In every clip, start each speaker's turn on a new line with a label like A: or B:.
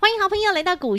A: 欢迎好朋友来到股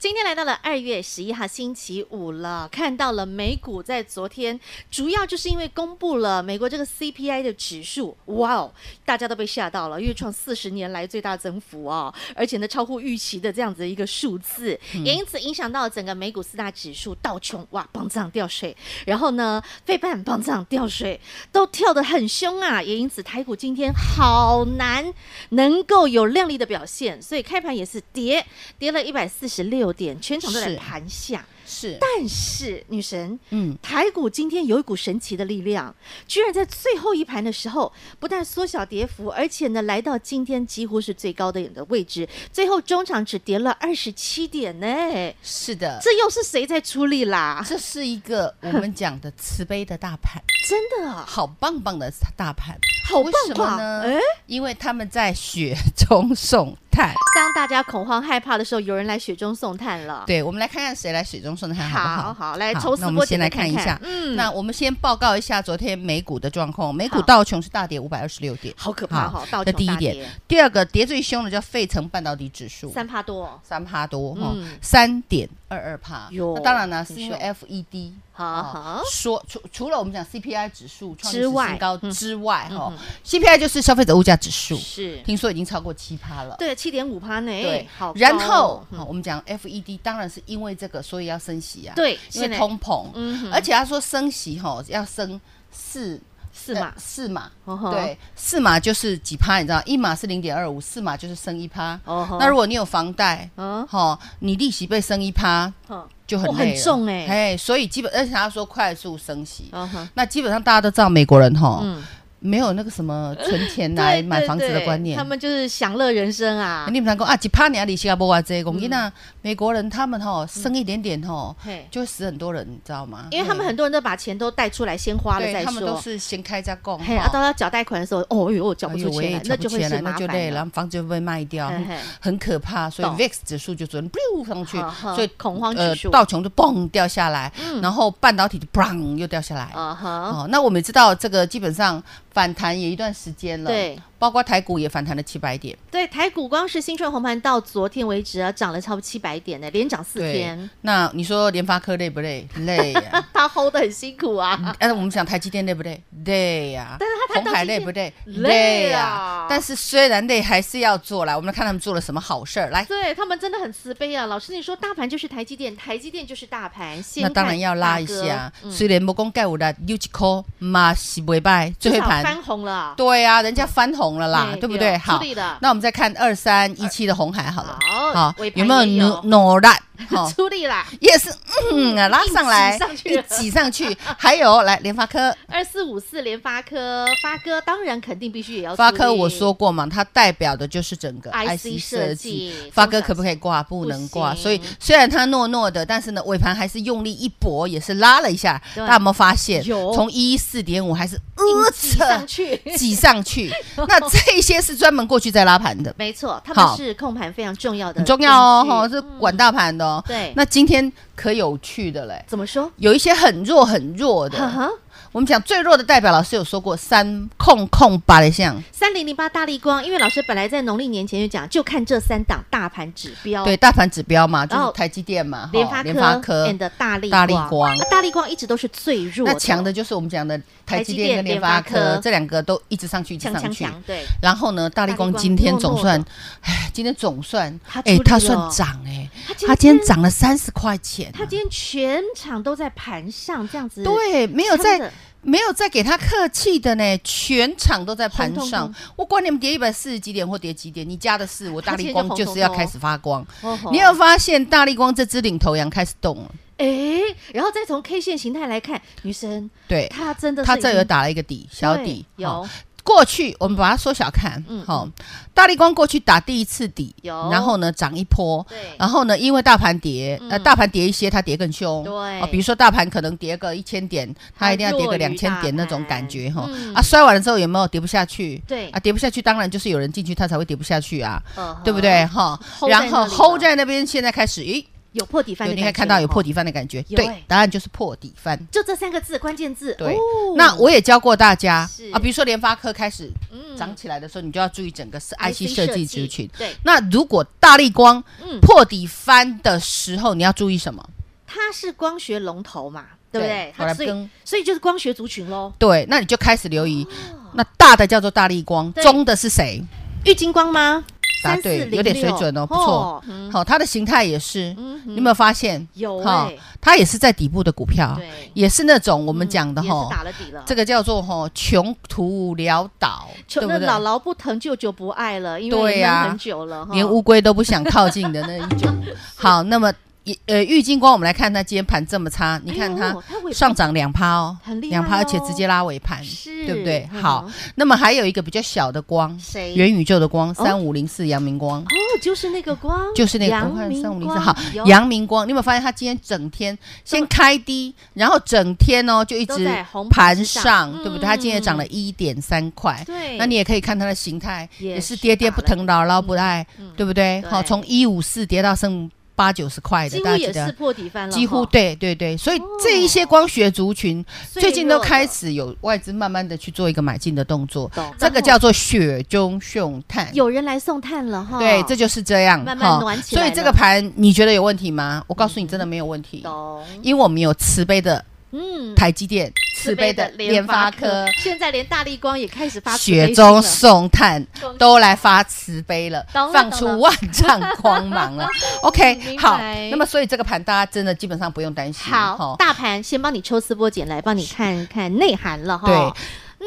A: 今天来到了二月十一号星期五了，看到了美股在昨天，主要就是因为公布了美国这个 CPI 的指数，哇哦，大家都被吓到了，因为创四十年来最大增幅哦，而且呢超乎预期的这样子的一个数字，也因此影响到整个美股四大指数，道琼哇棒涨掉水，然后呢费半棒涨掉水，都跳得很凶啊，也因此台股今天好难能够有亮丽的表现，所以开盘也是跌，跌了一百四十六。六点，全场都在
B: 是
A: 盘下。
B: 是，
A: 但是女神，
B: 嗯，
A: 台股今天有一股神奇的力量，居然在最后一盘的时候，不但缩小跌幅，而且呢，来到今天几乎是最高的点的位置，最后中场只跌了二十七点呢、
B: 是的，
A: 这又是谁在出力啦？
B: 这是一个我们讲的慈悲的大盘，
A: 真的啊
B: 好棒棒的大盘，
A: 好
B: 为什
A: 棒
B: 么
A: 棒！
B: 呢
A: 哎，
B: 因为他们在雪中送炭。
A: 当大家恐慌害怕的时候，有人来雪中送炭了。
B: 对，我们来看看谁来雪中送炭，好不
A: 好
B: 好？
A: 好，来
B: 好
A: 抽
B: 那
A: 丝
B: 我
A: 剥
B: 们
A: 茧
B: 先
A: 地
B: 来看一下。
A: 嗯，
B: 那我们先报告一下昨天美股的状况，美股
A: 好
B: 道琼是大跌五百二十六点，
A: 好可怕
B: 好
A: 哈！道
B: 这
A: 琼
B: 第一
A: 大
B: 点
A: 跌，
B: 第二个跌最凶的叫费城半导体指数，
A: 三帕多，
B: 三趴多哈
A: 嗯，
B: 三点二二趴。
A: 哟
B: 那当然呢，
A: 很
B: 是因为 FED
A: 好
B: 哦
A: 好
B: 说除除了我们讲 CPI 指数创历
A: 之
B: 史
A: 外
B: 新高
A: 嗯
B: 之外哈
A: 嗯
B: ，CPI 就是消费者物价指数，
A: 是
B: 听说已经超过七趴了。
A: 对，七点五趴呢，好高哦，
B: 然后
A: 嗯
B: 好我们讲 FED 当然是因为这个，所以要升息啊，，
A: 对，
B: 因为
A: 现在
B: 通膨，
A: 嗯哼
B: 而且他说升息吼要升四
A: 四
B: 呃
A: 码，
B: 四码，
A: 哦吼
B: 对，四码就是几趴，你知道，一码是零点二五，四码就是升一趴。
A: 哦吼
B: 那如果你有房贷，
A: 嗯
B: 吼，你利息被升一趴
A: 嗯
B: 就很
A: 哦
B: 累了
A: 很重欸
B: 哎，所以基本而且他说快速升息，
A: 嗯哼
B: 那基本上大家都知道美国人吼
A: 嗯，
B: 没有那个什么存钱来
A: 对
B: 买
A: 对
B: 房子的
A: 对
B: 观念
A: 他。们就是享乐人生啊，
B: 你们讲啊，几趴你啊利息啊不啊这
A: 嗯
B: 公，因那美国人他们吼升一点点吼
A: 嘿，
B: 就会死很多人，你知道吗？
A: 因为他们很多人都把钱都带出来先花了
B: 对
A: 再
B: 他们都
A: 说。
B: 是先开价供，
A: 嘿，
B: 吼
A: 啊，到要缴贷款的时候，哦哟，我缴不出
B: 哎呦
A: 钱
B: 喂
A: 来，
B: 缴
A: 那
B: 不
A: 就会
B: 钱
A: 是
B: 来
A: 麻
B: 那
A: 烦
B: 就累了，然
A: 了。
B: 后房子就被卖掉，
A: 嘿嘿
B: 很可怕。所以
A: 懂
B: VIX 指数就昨天 biu 上去
A: 呵，呵
B: 所以
A: 恐慌指
B: 呃
A: 数嗯
B: 道琼就嘣掉下来，然后半导体就砰又掉下来。
A: 啊哈，
B: 哦，那我们也知道这个基本上反弹也一段时间了，
A: 对，
B: 包括台股也反弹了七百点，
A: 对，台股光是新春红盘到昨天为止啊，涨了超过七百点呢，连涨四天，。
B: 那你说联发科累不累？累呀、
A: 他 hold 得很辛苦啊。
B: 哎，我们讲台积电累不累？累呀、
A: 但是它谈到
B: 红海
A: 今天
B: 累不累？
A: 累啊
B: 但是虽然累，还是要做啦。我们来看他们做了什么好事儿。来，
A: 对他们真的很慈悲啊！老师，你说大盘就是台积电，台积电就是大盘，先
B: 那当
A: 看
B: 然要拉
A: 大
B: 一
A: 哥
B: 下。
A: 嗯
B: 虽然不公盖五的有几颗嘛是不败，最
A: 至
B: 后
A: 少
B: 一盘
A: 翻红了啊。
B: 对啊，人家翻红了啦，
A: 嗯
B: 对不
A: 对
B: 对？
A: 对
B: 好
A: 出力了，
B: 那我们再看二三一七的红海好了，
A: 好尾盘
B: 有没有
A: 也有
B: 努 努力？好，
A: 出力啦，
B: 也是嗯啊，拉上来
A: 一挤上，去
B: 一挤上去，还有来联发科。
A: 二四五四联发科，发哥当然肯定必须也哦要出力。
B: 哦发科我说过嘛，它代表的就是整个
A: IC
B: IC
A: 设
B: 设计
A: 计。
B: 发科可不可以挂？不能挂。所以虽然它糯糯的，但是呢，尾盘还是用力一搏，也是拉了一下。
A: 对
B: 大家有没有发现？
A: 有
B: 从一四点五还是
A: 硬
B: 呃
A: 挤上去。
B: 扯挤 上去。那这些是专门过去在拉盘的，
A: 没错，他
B: 好
A: 们是控盘非常重要的
B: 很
A: 工具，
B: 重要哦，哈，是管大盘的
A: 嗯
B: 哦。
A: 对
B: 那今天可有趣的嘞，
A: 怎么说？
B: 有一些很弱很
A: 哈
B: 弱的。
A: 哈，
B: 我们讲最弱的代表，老师有说过三控控八的像。
A: 三零零八大力光，因为老师本来在农历年前就讲，就看这三档大盘指标，
B: 对，大盘指标嘛，就
A: 哦然
B: 是
A: 后
B: 台积电嘛，哈
A: 联发科、
B: 联发科
A: and 大力
B: 大力
A: 光，
B: 光
A: 啊大力光一直都是最弱
B: 那强的就是我们讲的台积电跟联发
A: 台积电联发
B: 科
A: 科
B: 这两个都一直上去，一直
A: 强
B: 上
A: 强
B: 去。
A: 强，对，
B: 然后呢，大力光今天总算，哎，今天总算
A: 它，出
B: 哎
A: 力，
B: 它
A: 了
B: 算涨哎，
A: 今
B: 它今天
A: 天
B: 涨了三十块钱啊。
A: 他今天全场都在盘上，这样子
B: 对，没有
A: 撑
B: 在
A: 着
B: 没有再给他客气的呢，全场都在盘
A: 红彤
B: 上。我管你们跌一百四十几点或跌几点，你家的事，我大
A: 它今天
B: 力光
A: 就红
B: 就是要
A: 彤彤
B: 开始发光。
A: 哦吼
B: 你有发现大力光这只领头羊开始动了？
A: 哎，然后再从 K 线形态来看，女生
B: 对，
A: 她真的是
B: 它这
A: 已
B: 有
A: 经
B: 打了一个底，小
A: 对
B: 底。好
A: 有
B: 过去我们把它缩小看，
A: 嗯
B: 好、大力光过去打第一次底，
A: 有
B: 然后呢涨一波，
A: 对
B: 然后呢因为大盘跌，
A: 嗯
B: 呃大盘跌一些，它跌更凶，哦
A: 对
B: 比如说大盘可能跌个一千点，它一定要跌
A: 它
B: 个
A: 弱
B: 两
A: 于
B: 千
A: 大
B: 点那种
A: 盘
B: 感觉哈、
A: 嗯
B: 啊摔完了之后有没有跌不下去？
A: 对
B: 啊跌不下去，当然就是有人进去，它才会跌不下去啊，
A: 呃
B: 对不对哈？
A: hold 在
B: 然
A: 那
B: 后
A: 里
B: hold
A: 了
B: 在那边，现在开始，咦，
A: 有破底翻
B: 有
A: 的
B: 你
A: 感觉，
B: 看看到有破
A: 哦，
B: 底翻的感觉，
A: 有
B: 对
A: 欸，
B: 答案就是破底翻。
A: 就这三个字关键字。
B: 对
A: 哦，
B: 那我也教过大家
A: 是
B: 啊，比如说联发科开始
A: 嗯
B: 涨起来的时候，你就要注意整个是
A: IC
B: IC 设计族群。
A: 对，
B: 那如果大力光
A: 嗯
B: 破底翻的时候，你要注意什么？
A: 它是光学龙头嘛，对不对
B: 对？
A: 它
B: 我来
A: 所以
B: 跟
A: 所以就是光学族群喽，
B: 对，那你就开始留意。那大的叫做大力光，
A: 哦对
B: 中的是谁？
A: 玉金光吗？
B: 答
A: 三四
B: 对，
A: 零
B: 有点水准哦，不错。
A: 嗯
B: 好，它的形态也是，
A: 嗯哼
B: 你有没有发现？
A: 有
B: 好
A: 欸，
B: 它也是在底部的股票
A: 对，嗯
B: 也是那种我们讲的
A: 也是
B: 吼，
A: 打了底了。
B: 这个叫做吼穷途潦倒，对
A: 穷
B: 不
A: 的
B: 对？
A: 姥姥不疼，舅舅不爱了，因为
B: 对
A: 你闷
B: 呀
A: 很久了哈。
B: 连乌龟都不想靠近的那一 种。好，那么也呃，郁金光，我们来看它今天盘这么差，你看
A: 哎
B: 它
A: 呦它尾
B: 上涨两趴哦
A: 很，厉害
B: 两趴，
A: 哦
B: 而且直接拉尾盘，
A: 是
B: 对不对？
A: 嗯
B: 好，那么还有一个比较小的光，
A: 谁
B: 元宇宙的光，三五零四阳明光。
A: 哦，就是那个光，
B: 就是那个
A: 阳
B: 我看
A: 明
B: 三五零四
A: 光
B: 好，
A: 有
B: 阳明光，你有没有发现它今天整天先开低，然后整天哦就一
A: 都
B: 直
A: 在红盘
B: 盘
A: 上
B: 上，
A: 嗯
B: 对不对？它今天也涨了
A: 嗯
B: 一点三块，
A: 对，
B: 那你也可以看它的形态，
A: 也
B: 也是
A: 是
B: 跌跌
A: 打
B: 不
A: 了
B: 疼，姥姥不爱，
A: 嗯
B: 对不对？
A: 对
B: 好，从一五四跌到剩八九十块的，
A: 几乎
B: 大家记
A: 也是
B: 得。
A: 破底翻了，
B: 几乎
A: 哈哦
B: 对对对，所以这一些光学族群最近都开，始有外资慢慢的去做一个买进的动作
A: 懂，
B: 这个叫做雪中送
A: 最。
B: 炭
A: 弱的有人来送炭了哈。
B: 对，这就是这样
A: 慢慢
B: 哈
A: 暖起来
B: 所以
A: 了嗯
B: 这个盘你觉得有问题吗？我告诉你，真的没有问题，
A: 懂，
B: 因为我们有慈悲的
A: 嗯，
B: 台积电，慈悲的联发科，
A: 现在连大力光也开始发慈悲
B: 雪
A: 心
B: 中
A: 了
B: 送炭
A: 恭喜
B: 都来发慈悲了，
A: 懂了懂
B: 放
A: 了
B: 出万丈光芒了。OK，
A: 明白
B: 好，那么所以这个盘大家真的基本上不用担心。
A: 好，
B: 齁
A: 大盘先帮你抽丝剥茧来帮你看看内涵了哈。嗯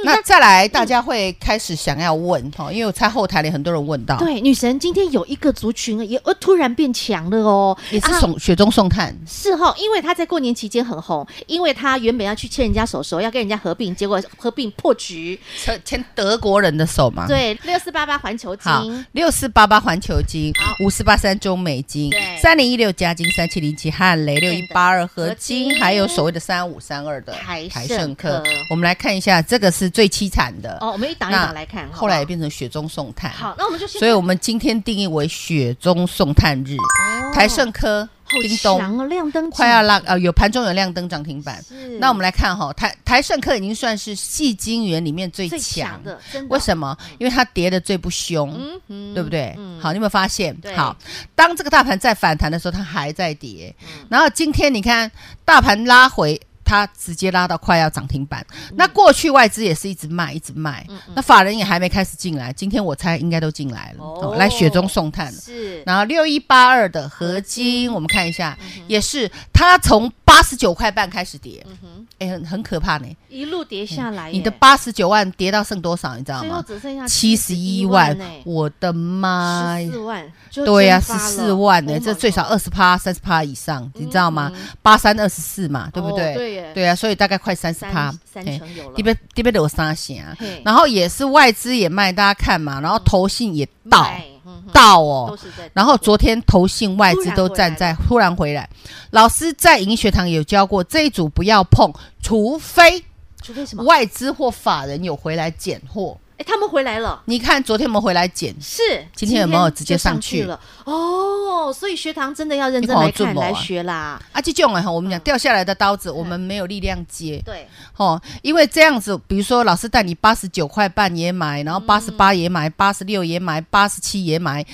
B: 那再来大家会开始想要问哈，齁因为我猜后台里很多人问到，
A: 对，女神今天有一个族群也呃突然变强了哦，
B: 也是
A: 啊
B: 送雪中送炭。
A: 是哈，因为她在过年期间很红，因为她原本要去牵人家手手，要跟人家合并，结果合并破局。
B: 牵牵德国人的手嘛。。
A: 对，六四八八环球
B: 嗯好
A: 金，，
B: 六四八八环球金，五四八三中美金
A: 对，
B: 三零一六加金，三七零七汉雷，六一八二合
A: 合
B: 金，
A: 金
B: 还有所谓的三五三二的
A: 台
B: 台
A: 盛
B: 盛
A: 科
B: 科。我们来看一下，这个是最凄惨的
A: 哦，我们一档一
B: 那
A: 档来看，好不好
B: 后来也变成雪中送炭。
A: 好，那我们就先
B: 所以我们今天定义为雪中送炭日。
A: 哦
B: 台盛科
A: 好
B: 叮
A: 强
B: 咚
A: 哦，亮灯
B: 快要拉呃有盘中有亮灯涨停板。
A: 是
B: 那我们来看哈，台台盛科已经算是细晶元里面最
A: 最
B: 强
A: 强。的，真的
B: 为什么？因为它跌的最不凶。
A: 嗯嗯
B: 对不对？
A: 嗯
B: 好，你有没有发现
A: 对？
B: 好，当这个大盘在反弹的时候，它还在跌。
A: 嗯
B: 然后今天你看，大盘拉回，它直接拉到快要涨停板。
A: 嗯
B: 那过去外资也是一直卖，一直卖。那法人也还没开始进来，今天我猜应该都进来了，
A: 哦
B: 哦、来雪中送炭了。
A: 是嗯
B: 然后六一八二的合金，我们看一下，也是它从八十九块半开始跌，
A: 嗯
B: 哎、很很可怕呢。
A: 一路跌下来耶，
B: 嗯你的八十九万跌到剩多少，你知道
A: 最后
B: 吗？
A: 只哎剩下
B: 七十一万
A: 呢，，
B: 我的妈呀
A: 十！四万，
B: 对呀、
A: 呀，
B: 十四万呢、
A: Oh my
B: 这最少
A: God 嗯
B: 二十趴、三十趴以上，你知道吗？八三二十四嘛，对不对？
A: 哦对耶
B: 呀、所以大概快三十
A: 三
B: 趴，
A: 三成有了
B: 这，边这边有三啊
A: 嘿，
B: 然后也是外资也卖，大家看嘛，然后投信也倒、
A: 买，嗯哼
B: 倒
A: 都
B: 哦。
A: 是在
B: 然后昨天投信外资都站在突然回来，老师在银学堂有教过这一组不要碰，除非
A: 除非什么？
B: 外资或法人有回来捡货。
A: 哎，他们回来了。
B: 你看昨天我们回来捡，
A: 是，
B: 今天有没有直接
A: 就上
B: 上去
A: 了？哦，所以学堂真的要认
B: 你
A: 真
B: 看
A: 来
B: 我准
A: 看
B: 没
A: 来
B: 啊
A: 学啦。
B: 啊，这种啊，我们
A: 嗯
B: 讲掉下来的刀子，我们没有力量接，
A: 对，
B: 哦，因为这样子，比如说老师带你八十九块半也买，然后八十
A: 嗯
B: 八也买，八十六也买，八十七也买，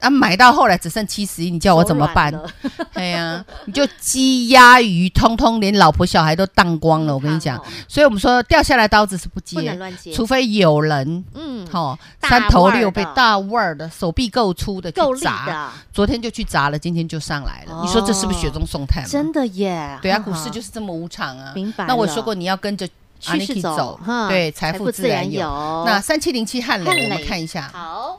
B: 啊，买到后来只剩七十一，你叫我怎么办
A: 手？软了
B: 哎呀，你就鸡鸭鱼，通通连老婆小孩都当光了，我跟你讲
A: 嗯好。
B: 所以我们说掉下来刀子是不
A: 不能
B: 接，
A: 乱接。
B: 除非有人。
A: 嗯，
B: 哦，
A: 大
B: 三头
A: 腕儿
B: 六臂
A: 的
B: 大腕儿的，手臂够粗的去
A: 够力
B: 砸，
A: 的，
B: 昨天就去砸了，今天就上来了。
A: 哦
B: 你说这是不是雪中送炭？
A: 真的耶。
B: 哎对啊，
A: 哈
B: 股
A: 哈
B: 市就是这么无常啊。
A: 明白了
B: 那我说过，你要跟着啊
A: 趋
B: 你可
A: 势
B: 以
A: 走，哈
B: 对，财富自然有。那三七零七汉
A: 汉
B: 磊，我们
A: 磊
B: 看一下，
A: 好，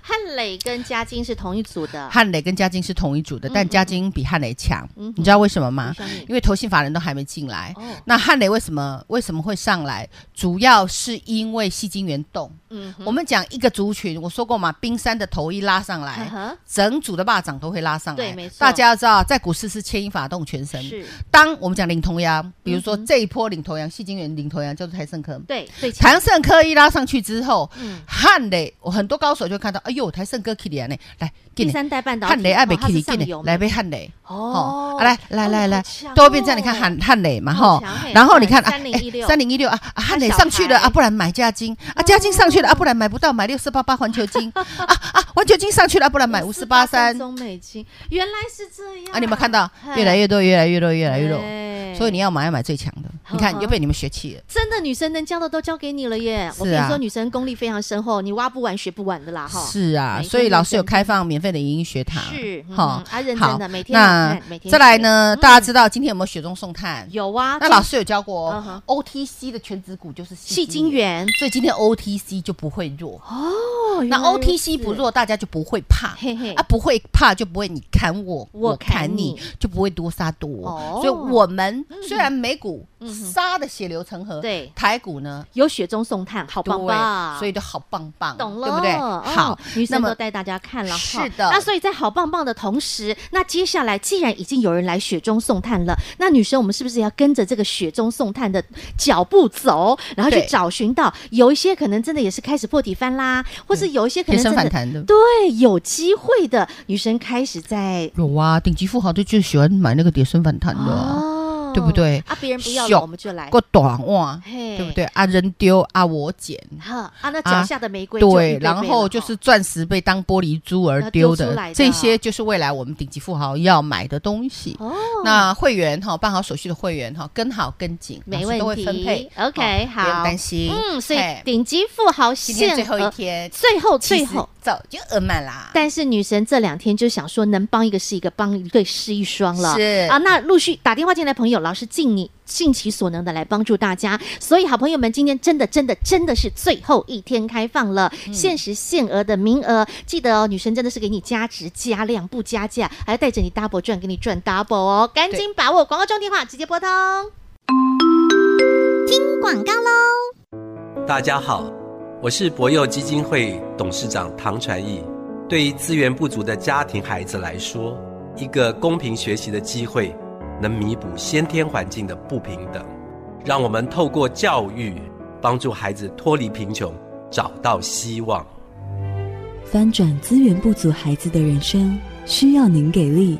A: 汉磊跟嘉金是同一组的，
B: 汉磊跟嘉金是同一组的，但嘉金比汉磊强，
A: 嗯
B: 你知道为什么吗
A: 为什么？
B: 因为投信法人都还没进来。
A: 哦，
B: 那汉磊为什么为什么会上来？主要是因为戏精元动。
A: 嗯哼，
B: 我们讲一个族群，我说过嘛，冰山的头一拉上来
A: 嗯，哼
B: 整组的霸掌都会拉上来。
A: 对没错
B: 大家要知道，在股市是牵一发动全身。
A: 是
B: 当我们讲领头羊，比如说
A: 嗯哼
B: 这一波领头羊，戏精元领头羊叫做台盛科。
A: 对最强，
B: 台盛科一拉上去之后，
A: 嗯，
B: 汉磊，我很多高手就看到，哎呦，台盛科 K 里呢，来，
A: 第
B: 给你
A: 三代半导体，
B: 汉磊爱被
A: 哦它
B: K
A: 是
B: 里，给
A: 上
B: 你
A: 游
B: 来
A: 嘛
B: 被汉磊，
A: 哦，
B: 啊来来来来，多变这样，你看汉汉磊嘛
A: 好
B: 哈
A: 强哎嘿，
B: 然后你看啊哎
A: 对3016
B: 三零一六啊，啊汉磊
A: 小
B: 上去了
A: 孩哦
B: 啊，不然买加金啊，加金上去了啊，不然买不到，买六四八八环球 金啊啊，环球金上去了，啊不然买五四八三
A: 中美金，原来是这样
B: 啊，你有没有看到
A: 嗨
B: 越来越多，越来越多，越来越多，
A: 对
B: 所以你要买要买最强的，你
A: 呵
B: 看
A: 呵
B: 又被你们学气了，
A: 真的女生能教的都教给你了耶！我跟你
B: 是啊
A: 说，女生功力非常深厚，你挖不完学不完的啦哈。
B: 是啊，
A: 每天
B: 所以
A: 都
B: 老师有
A: 跟
B: 开放免费的影音学堂，
A: 是，
B: 哈
A: 嗯，啊，认真
B: 好
A: 的，每天哎
B: 那
A: 看每天
B: 再来
A: 学
B: 呢，大家知道今天有没有雪中送炭？
A: 有啊，
B: 那老师有教过
A: 嗯哼
B: 哦，OTC 的全指股就是
A: 戏精
B: 元。
A: 元
B: 所以今天 OTC 就不会弱，
A: 哦，
B: 那
A: 原来如
B: OTC
A: 此
B: 不，弱，大家就不会怕，
A: 嘿嘿
B: 啊，不会怕就不会你砍我，
A: 我砍
B: 砍
A: 你
B: 你，就不会多杀多。
A: 哦嗯
B: 所以我们虽然美股杀的血流成河，
A: 对
B: 台股呢，
A: 有雪中送炭，好棒棒，
B: 对所以都好棒棒，
A: 懂了，
B: 对不对？
A: 哦
B: 好，
A: 女生
B: 那
A: 都
B: 么
A: 带大家看了哈。
B: 是的
A: 那所以在好棒棒的同时，那接下来既然已经有人来雪中送炭了，那女生我们是不是也要跟着这个雪中送炭的脚步走，然后去
B: 对
A: 找寻到有一些可能真的也是开始破底翻啦，或是有一些可
B: 天
A: 能真
B: 嗯生反
A: 的。
B: 弹的。
A: 对，有机会的女生开始在
B: 有啊，顶级富豪都就喜欢买那个跌升反弹的啊，
A: 哦
B: 对不对
A: 啊，别人不要了，
B: 小
A: 我们就来，
B: 个短袜，
A: 嘿
B: 对不？对？啊，人丢啊，我捡。
A: 哈啊，那脚下的玫瑰就一
B: 对，
A: 堆
B: 然
A: 堆
B: 后
A: 了
B: 就
A: 哈
B: 是钻石被当玻璃珠
A: 哦那
B: 而
A: 丢
B: 丢
A: 出
B: 的，
A: 来的
B: 这些就是未来我们顶级富豪要买的东西。
A: 哦，
B: 那会员哈，办好手续的会员哈，跟好跟紧，
A: 没
B: 老师
A: 问题
B: 都会分配。
A: OK，
B: 不用
A: 好
B: 担心。
A: 嗯，所以
B: 嘿
A: 顶级富豪
B: 今
A: 限
B: 天最后一
A: 额
B: 天，
A: 最后
B: 其
A: 最
B: 实
A: 后，
B: 早就额满啦。
A: 但是女神这两天就想说，能帮一个是一个，帮一个是一双了。
B: 是
A: 啊，那陆续打电话进来的朋友，老师尽你尽其所能的来帮助大家。所以好朋友们，今天真的真的真的是最后一天开放了，限时限额的名额，记得哦，女神真的是给你加值加量不加价，还带着你 double 赚，给你赚 double 哦，赶紧把握广告中电话直接拨通。
C: 广告喽。
D: 大家好，我是博幼基金会董事长唐传义。对于资源不足的家庭孩子来说，一个公平学习的机会，能弥补先天环境的不平等。让我们透过教育，帮助孩子脱离贫穷，找到希望。
E: 翻转资源不足孩子的人生，需要您给力。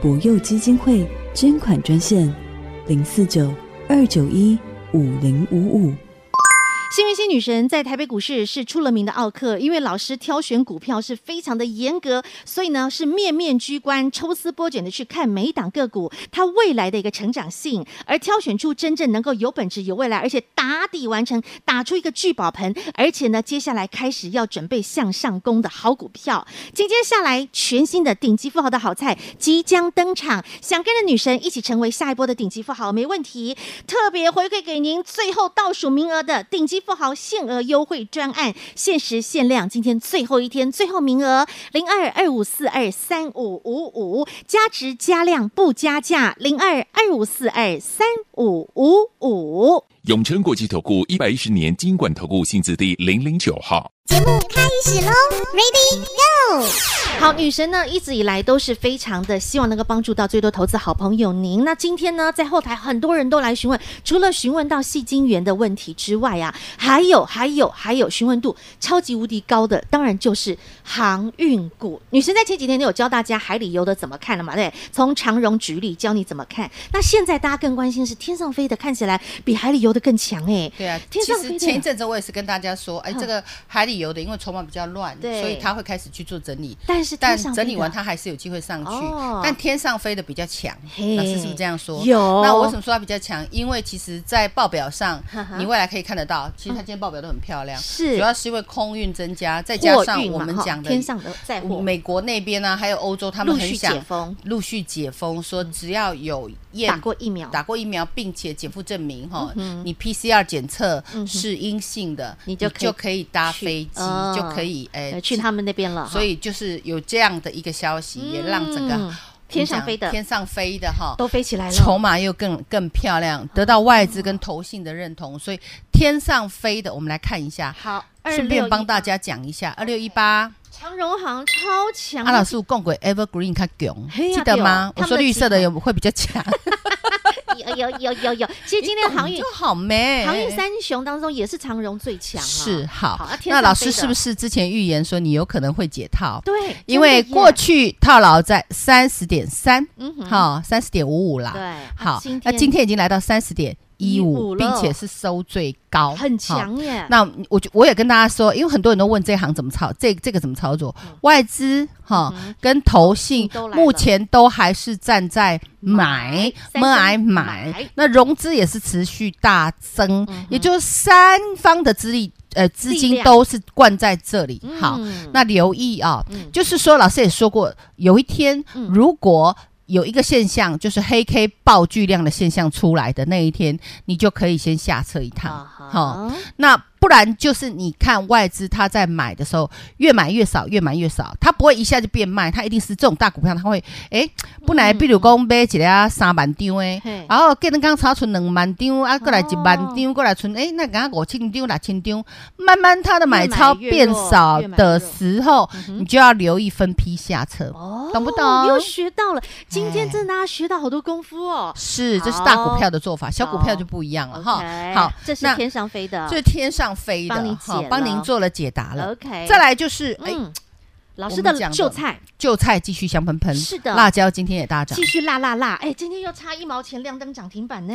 E: 博幼基金会捐款专线：零四九二九一五零五五。
A: 幸运星女神在台北股市是出了名的奥克，因为老师挑选股票是非常的严格，所以呢是面面居观、抽丝剥茧的去看每一档个股它未来的一个成长性，而挑选出真正能够有本质、有未来，而且打底完成，打出一个聚宝盆，而且呢接下来开始要准备向上攻的好股票。紧接下来，全新的顶级富豪的好菜即将登场，想跟着女神一起成为下一波的顶级富豪没问题。特别回馈给您最后倒数名额的顶级富豪限额优惠专案，限时限量，今天最后一天，最后名额零二二五四二三五五五，加值加量不加价，零二二五四二三五五五。
F: 永诚国际投顾一百一十年金管投顾新字第零零九号。
A: 好，女神呢一直以来都是非常的希望能够帮助到最多投资好朋友您。那今天呢，在后台很多人都来询问，除了询问到戏精元的问题之外啊，还有还有还有询问度超级无敌高的，当然就是航运股。女神在前几天都有教大家海里游的怎么看了嘛，对，从长荣举例教你怎么看。那现在大家更关心是天上飞的，看起来比海里游的更强哎、
B: 对啊，其
A: 天上飞
B: 实前一
A: 的。
B: 阵子我也是跟大家说，哎，
A: 哼
B: 这个海里游的，因为筹码比较乱，
A: 对
B: 所以他会开始去做整理。
A: 但是天
B: 但
A: 上飞的
B: 整理完它还是有机会上去，
A: 哦
B: 但天上飞的比较强，
A: 嘿
B: 老师是不是这样说？
A: 有
B: 那我为什么说它比较强？因为其实，在报表上
A: 哈哈，
B: 你未来可以看得到，其实它今天报表都很漂亮，
A: 是
B: 主要是因为空运增加，再加
A: 货
B: 上
A: 运
B: 我
A: 嘛
B: 们
A: 哈
B: 讲的
A: 天上的载货
B: 啊美国那边呢、还有欧洲，他们
A: 陆
B: 很
A: 续
B: 想
A: 解封，嗯
B: 陆续解封，说只要有验
A: 打过疫苗，
B: 打过疫苗，并且减负证明哈，
A: 嗯
B: 你 PCR 检测是阴性的，
A: 你就可以
B: 就可以搭
A: 去
B: 飞机
A: 哦，
B: 就可以
A: 呃
B: 哎
A: 去他们那边了哈，
B: 所以就是有这样的一个消息，也让整个
A: 嗯
B: 我们
A: 天上
B: 讲
A: 飞的
B: 天上飞的哈，
A: 都飞起来了，哦
B: 筹码又更更漂亮，得到外资跟投信的认同，所以天上飞的，我们来看一下，
A: 好，
B: 顺便帮大
A: 家
B: 家讲一下，二六一八，
A: 长荣行超强
B: 阿老师共轨 Evergreen 看囧，
A: 嘿呀
B: 记得吗？
A: 对哦
B: 我说绿色的有会比较强，
A: 有有有有有，其 实今天的航运
B: 就好美，
A: 航运三雄当中也是长荣最强啊，
B: 是
A: 好
B: 好
A: 啊，天
B: 那
A: 上
B: 老
A: 飞
B: 师
A: 的
B: 是不是之前预言说你有可能会解套？
A: 对，
B: 因为
A: 真的耶
B: 过去套牢在三十点三，
A: 嗯哼
B: 好三十点五五啦，
A: 对啊
B: 好
A: 今，
B: 那
A: 天
B: 今天已经来到三十点一
A: 15
B: 五，
A: 了
B: 并且是收最高，
A: 很
B: 好。
A: 强啊耶，
B: 那我就我也跟大家说，因为很多人都问这行怎么操，这这个怎么操作，外资哈跟投信
A: 嗯都来了
B: 目前都还是站在买
A: 买
B: 买
A: 三
B: 买
A: 买，
B: 那融资也是持续大增
A: 嗯哼，
B: 也就是三方的资力呃资
A: 力
B: 金
A: 量
B: 都是灌在这里，好，
A: 嗯
B: 那留意啊、
A: 嗯
B: 就是说老师也说过，有一天
A: 嗯
B: 如果有一个现象，就是黑 K 爆巨量的现象出来的那一天，你就可以先下车一趟。
A: 啊
B: 好、
A: 哈
B: 那不然就是你看外资它在买的时候，越买越少，越买越少，它不会一下就变卖，它一定是这种大股票，它会哎，本来比如讲买一个三万张诶
A: 嘿，
B: 然后跟人刚炒存两万张，啊，过来一万
A: 哦
B: 张，过来存哎，那刚刚五千张、六千张，慢慢它的买
A: 越
B: 超
A: 买越
B: 变
A: 弱
B: 少
A: 越买越
B: 的
A: 弱
B: 时候，你就要留意分批下车，
A: 嗯哦，
B: 懂不懂？
A: 又学到了，今天
B: 哎
A: 真的大家学到好多功夫哦。
B: 是，这是大
A: 好
B: 股票的做法，小股票
A: 好哦
B: 就不一样了
A: OK，
B: 哈。好，
A: 这是
B: 那
A: 天上飞的
B: 这是天上飞
A: 帮你
B: 的，
A: 解
B: 帮
A: 了
B: 您做了解答了。
A: ，OK，
B: 再，来就是，哎，
A: 嗯，老
B: 我
A: 师
B: 们
A: 的
B: 讲的
A: 就菜
B: 旧菜继续香喷喷，
A: 是的
B: 辣椒今天也大涨
A: 继。续辣辣辣，哎，今天又差一毛钱亮灯涨停板呢。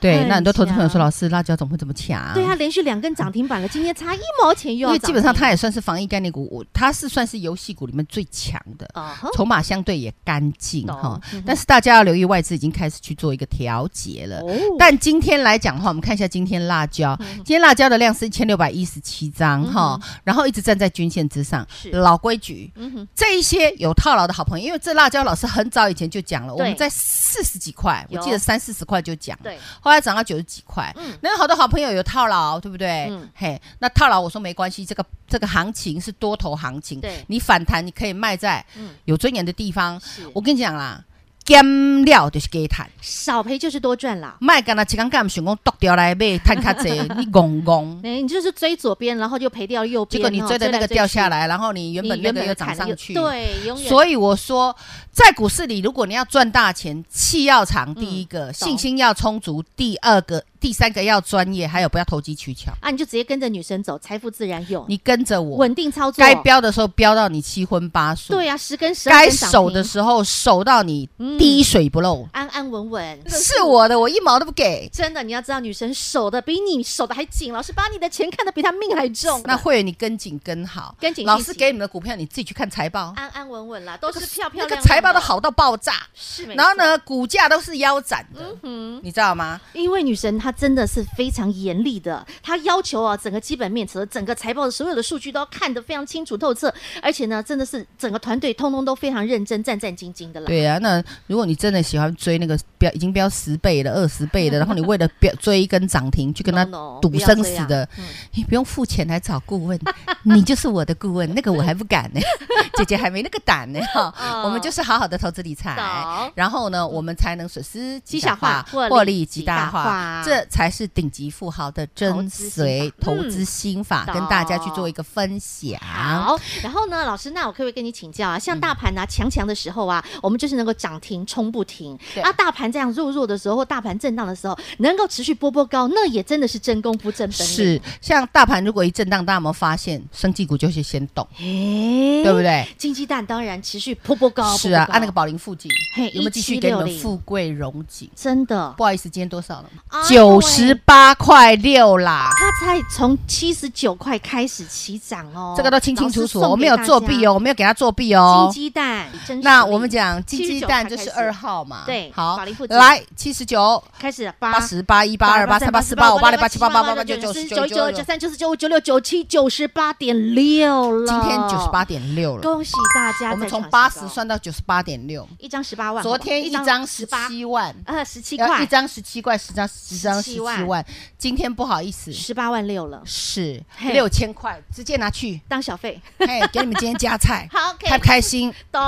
B: 对，
A: 很
B: 那很多投资朋友说，
A: 强
B: 老师，辣椒怎么会这么强？
A: 对啊，连续两根涨停板了，今天差一毛钱又
B: 因
A: 要
B: 为
A: 涨停，
B: 基本上它也算是防疫概念股，我它是算是游戏股里面最强的，
A: 啊哈，
B: 筹码相对也干净
A: 懂
B: 哈
A: 嗯哼。
B: 但是大家要留意，外资已经开始去做一个调节了。
A: 哦，嗯
B: 但今天来讲的话，我们看一下今天辣椒，今天辣椒的量是一千六百一十七张哈，然后一直站在均线之上
A: 是。
B: 老规矩，
A: 嗯哼，
B: 这一些有套牢的好朋友，因为这辣椒老师很早以前就讲了，我
A: 对
B: 们在四十几块，我
A: 有
B: 记得三四十块就讲了，
A: 对，
B: 后来涨到九十几块。
A: 嗯
B: 那有好多好朋友有套牢，对不对？
A: 嗯
B: 嘿，那套牢我说没关系，这个这个行情是多头行情，
A: 对
B: 你反弹你可以卖在
A: 嗯
B: 有尊严的地方。
A: 是
B: 我跟你讲啦，减料就是给谈。
A: 少赔就是多赚啦。
B: 卖干那一刚干，想讲剁掉来买，赚较 济，你戆戆，
A: 哎，你就是追左边，然后就赔掉右
B: 结
A: 边，哦
B: 果你追的那个掉下
A: 来，
B: 来，然后你原本
A: 你
B: 那
A: 原
B: 个
A: 本的
B: 又涨
A: 砍
B: 上
A: 又
B: 去，
A: 对，永远
B: 所以我说，在股市里，如果你要赚大钱，气要
A: 嗯
B: 长，第一个、信心要充足，第二个、第三个要专业，还有不要投机取巧。
A: 啊，你就直接跟着女生走，财富自然有，
B: 你跟着我，
A: 稳定操作，
B: 该飙的时候飙到你七荤八素，
A: 对啊，十根十二
B: 该
A: 根涨
B: 守的
A: 停
B: 时候守到你
A: 嗯
B: 滴水不漏。
A: 安安稳稳。
B: 是我的，我一毛都不给。
A: 真的，你要知道，女生守的比你守的还紧，老师把你的钱看得比她命还重。
B: 那会员你跟紧跟好，
A: 跟紧
B: 老
A: 信
B: 师
A: 息
B: 给你们的股票，你自己去看财报，
A: 安安稳稳啦，都是漂漂亮亮
B: 那
A: 的
B: 个财报都，好到爆炸，
A: 是没
B: 然后呢，
A: 错？
B: 股价都是腰斩的，
A: 嗯，
B: 你知道吗？
A: 因为女神她真的是非常严厉的，她要求啊，整个基本面、整个财报的所有的数据都要看得非常清楚透彻，而且呢，真的是整个团队通通都非常认真、战战兢兢的啦。
B: 对啊，那如果你真的喜欢追那个标，已经标十倍了、二十倍了，然后你为了标追一根涨停去跟他
A: No, no，
B: 赌
A: 不要
B: 生
A: 这
B: 死
A: 样嗯
B: 的，你不用付钱来找顾问， 你就是我的顾问，那个我还不敢呢， 姐姐还没那个胆呢哈。我们就是好好的投资理财
A: 嗯懂，
B: 然后呢，我们才能损失
A: 极
B: 极
A: 小
B: 小
A: 化
B: 化，
A: 获
B: 获
A: 利
B: 利极
A: 极大
B: 大化
A: 化，
B: 这才是顶级富豪的
A: 投
B: 真
A: 资心
B: 髓
A: 法
B: 投
A: 嗯
B: 资心法，跟大家去做一个分享。
A: 好，然后呢，老师，那我可不可以跟你请教啊？
B: 嗯
A: 像大盘啊强强的时候啊，我们就是能够涨停冲不停；
B: 对
A: 啊，大盘这样弱弱的时候，或大盘震荡的时候，能够持续波波高，那也真的是真功夫、真本领。
B: 是，像大盘如果一震荡，大家有没有发现，生技股就是先动，
A: 诶，
B: 对不对？
A: 金鸡蛋当然持续波波高，
B: 是啊，
A: 波波高
B: 按那个宝林附近
A: 嘿，
B: 有没有继续给你们
A: 1760
B: 富贵荣景？
A: 真的，
B: 不好意思，今天多少了？
A: 哎呦
B: 九
A: 喂
B: 十八块六啦。
A: 它才从七十九块开始起涨哦，
B: 这个都清清楚楚，我没有作弊
A: 哦。
B: 哦，我没有给他作弊哦
A: 金。鸡蛋，真实力
B: 那我们讲金鸡蛋，就
A: 开始
B: 十二号嘛，
A: 对
B: 好
A: 法律附，近
B: 来七十九、
A: 开始
B: 八
A: 八
B: 十八、一八二、八三、八四、八五、八六、八七、八八、八八九、九十、
A: 九
B: 九
A: 一九
B: 九
A: 二九
B: 九。
A: 三九四九五九六九七九十八点六了。
B: 今天九十八，点六了，
A: 恭喜大家！
B: 我们
A: 再
B: 从
A: 创
B: 八
A: 新
B: 十
A: 高
B: 算到九十八点六。
A: 一张十八万，
B: 昨天一张十
A: 八，
B: 七万，
A: 呃，十七
B: 要
A: 块
B: 一，张十七块，十张十张十七
A: 17万
B: 万。今天不好意思，
A: 十八万六了，
B: 是
A: 嘿
B: 六千块，直接拿 去，
A: 当小 费。，
B: 嘿，给你们今天加菜
A: 好，OK，
B: 开不开心？
A: 懂。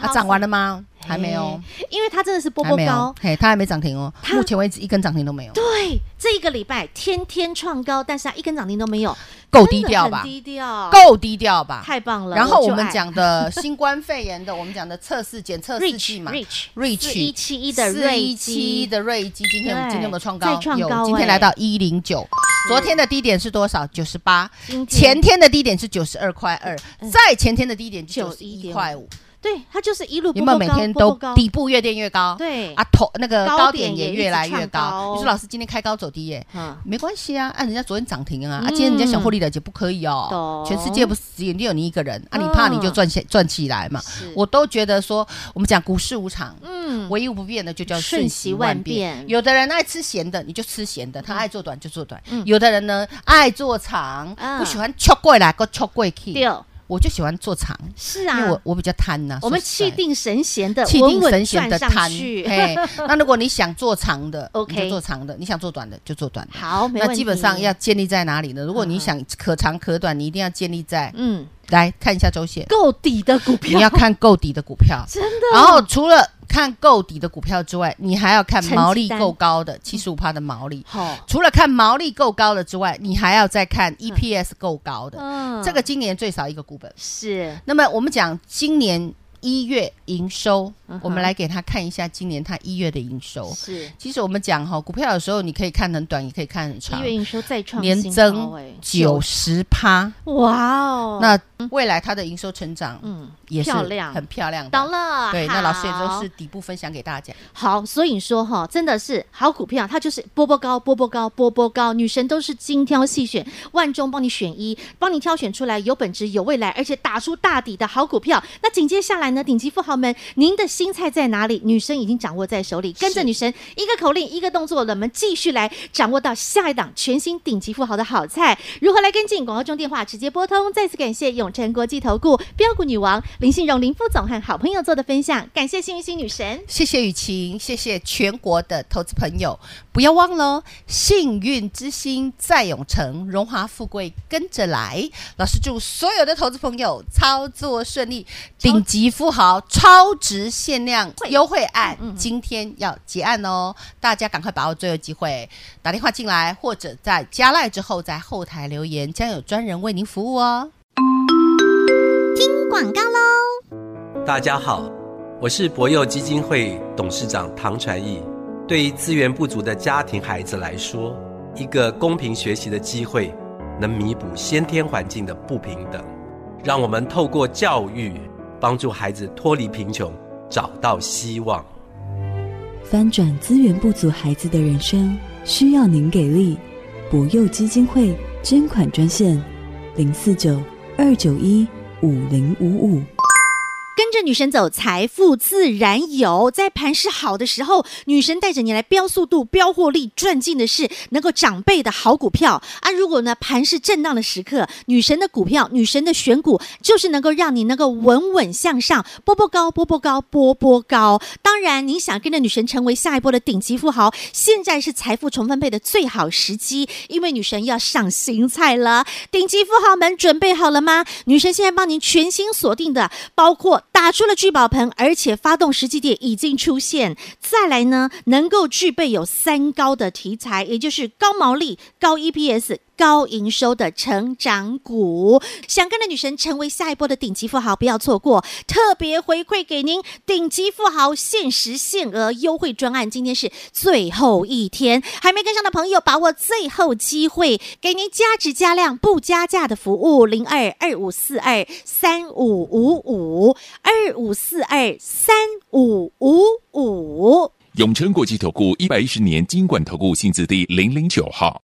B: 它
A: 好
B: 涨完了吗？还没哦有，
A: 哎因为它真的是波
B: 还
A: 波
B: 没
A: 高
B: 有，。嘿，它还没涨停哦。
A: 它
B: 目前为止一根涨停都没有，
A: 对，这一个礼拜天天创高，但是它一根涨停都没有，
B: 够低调
A: 真的
B: 吧
A: 很？低调，
B: 够低调吧？
A: 太棒了。
B: 然后我
A: 就
B: 们
A: 爱
B: 讲的新冠肺炎的，我们讲的测试检测试剂
A: reach
B: 嘛
A: reach 四一
B: ，Reach
A: 七一的
B: 四
A: 瑞
B: 一七
A: 基
B: 的瑞基，今天我们
A: 对
B: 今天有没有创高？
A: 再创高
B: 有，今天
A: 哎
B: 来到一零九。昨天的低点是多少？九十八。
A: 今天嗯
B: 前天的低点是九十二块二，再前天的低点九十一块五。
A: 对，它就是一路
B: 有
A: 波
B: 没
A: 波
B: 有每
A: 高，
B: 天
A: 波
B: 都
A: 波高。
B: 底部越垫越高？
A: 对
B: 啊，头那个
A: 高
B: 高
A: 点也
B: 点也
A: 一直
B: 越来越
A: 创高哦
B: 高。你说老师今天开高走低耶？
A: 嗯，
B: 没关系啊，按人家昨天涨停啊，啊，
A: 嗯
B: 今天人家想获利了结不可以哦
A: 懂。
B: 全世界不是只有你一个人啊，
A: 嗯
B: 你怕你就赚起赚起来嘛
A: 是。
B: 我都觉得说，我们讲股市无常，
A: 嗯，
B: 唯一不变的就叫
A: 瞬
B: 瞬
A: 息
B: 息
A: 万
B: 万变。
A: 变
B: 有的人爱吃咸的，你就吃咸的；他爱做短就做短
A: 嗯。
B: 有的人呢爱做长
A: 啊，
B: 不喜欢敲过来个敲过去。
A: 六
B: 我就喜欢做长，
A: 是
B: 因
A: 啊，
B: 为我我比较贪呐。
A: 我们
B: 说实在
A: 气
B: 的
A: 定神闲的，
B: 气
A: 稳
B: 定
A: 稳
B: 神闲的
A: 赚上
B: 谈。
A: 去
B: 嘿，那如果你想做长的
A: OK
B: 你就做长的；你想做短的，就做短的。
A: 好，没问
B: 那
A: 题。
B: 基本上要建立在哪里呢？如果你想可长可短，你一定要建立在
A: 嗯，
B: 来看一下周 线，
A: 够底的股票，
B: 你要看够底的股票。
A: 真的哦
B: 然后除了看够底的股票之外，你还要看
A: 成绩单嗯
B: 毛利够高的，七十五趴的毛利。
A: 好，
B: 除了看毛利够高的之外，你还要再看 EPS 够高的。
A: 嗯
B: 这个今年最少一个股本。
A: 是
B: 那么我们讲今年一月营收
A: 嗯哼，
B: 我们来给他看一下今年他一月的营收。
A: 是，
B: 其实我们讲哈，股票有时候你可以看很短，也可以看很
A: 一
B: 长
A: 月，营收再创
B: 年
A: 新高哎
B: 增九十趴。
A: 哇哦，
B: 那未来它的营收成长
A: 嗯，
B: 也是
A: 漂亮
B: 很漂亮
A: 懂
B: 的。
A: 了，
B: 对，那老师也
A: 好
B: 都是底部分享给大家。
A: 好，所以说哈，真的是好股票，它就是波波高、波波高、波波高，女神都是精挑细选，万中帮你选一，帮你挑选出来有本质、有未来，而且打出大底的好股票。那紧接下来呢，顶级富豪们，您的心菜在哪里？女神已经掌握在手里，跟着女神一个口令、一个动作，我们继续来掌握到下一档全新顶级富豪的好菜，如何来跟进？广告中电话直接拨通。再次感谢永诚国际投顾标股女王林信荣林副总和好朋友做的分享，感谢幸运星女神。
B: 谢谢雨晴，谢谢全国的投资朋友，不要忘了哦，幸运之星在永城，荣华富贵跟着来。老师祝所有的投资朋友操作顺利，顶级富豪超值限量优惠案今天要结案哦，大家赶快把握最后机会，打电话进来或者在加赖之后在后台留言，将有专人为您服务哦。
C: 广告喽。
D: 大家好，我是博幼基金会董事长唐传义。对于资源不足的家庭孩子来说，一个公平学习的机会，能弥补先天环境的不平等。让我们透过教育，帮助孩子脱离贫穷，找到希望。
E: 翻转资源不足孩子的人生，需要您给力。博幼基金会捐款专线：零四九二九一五零五五。
A: 跟着女神走，财富自然有。在盘势好的时候，女神带着你来飙速度、飙获利，赚进的是能够长辈的好股票啊。如果呢盘势震荡的时刻，女神的股票、女神的选股，就是能够让你能够稳稳向上，波波高、波波高、波波高。当然，你想跟着女神成为下一波的顶级富豪，现在是财富重分配的最好时机，因为女神要上新菜了。顶级富豪们准备好了吗？女神现在帮您全新锁定的，包括打出了聚宝盆，而且发动时机点已经出现。再来呢，能够具备有三高的题材，也就是高毛利、高 EPS。高营收的成长股，想跟着女神成为下一波的顶级富豪，不要错过！特别回馈给您顶级富豪限时限额优惠专案，今天是最后一天，还没跟上的朋友把握最后机会，给您加值加量不加价的服务，零二二五四二三五五五二五四二三五五五。
F: 永诚国际投顾一百一十年金管投顾性质第零零九号。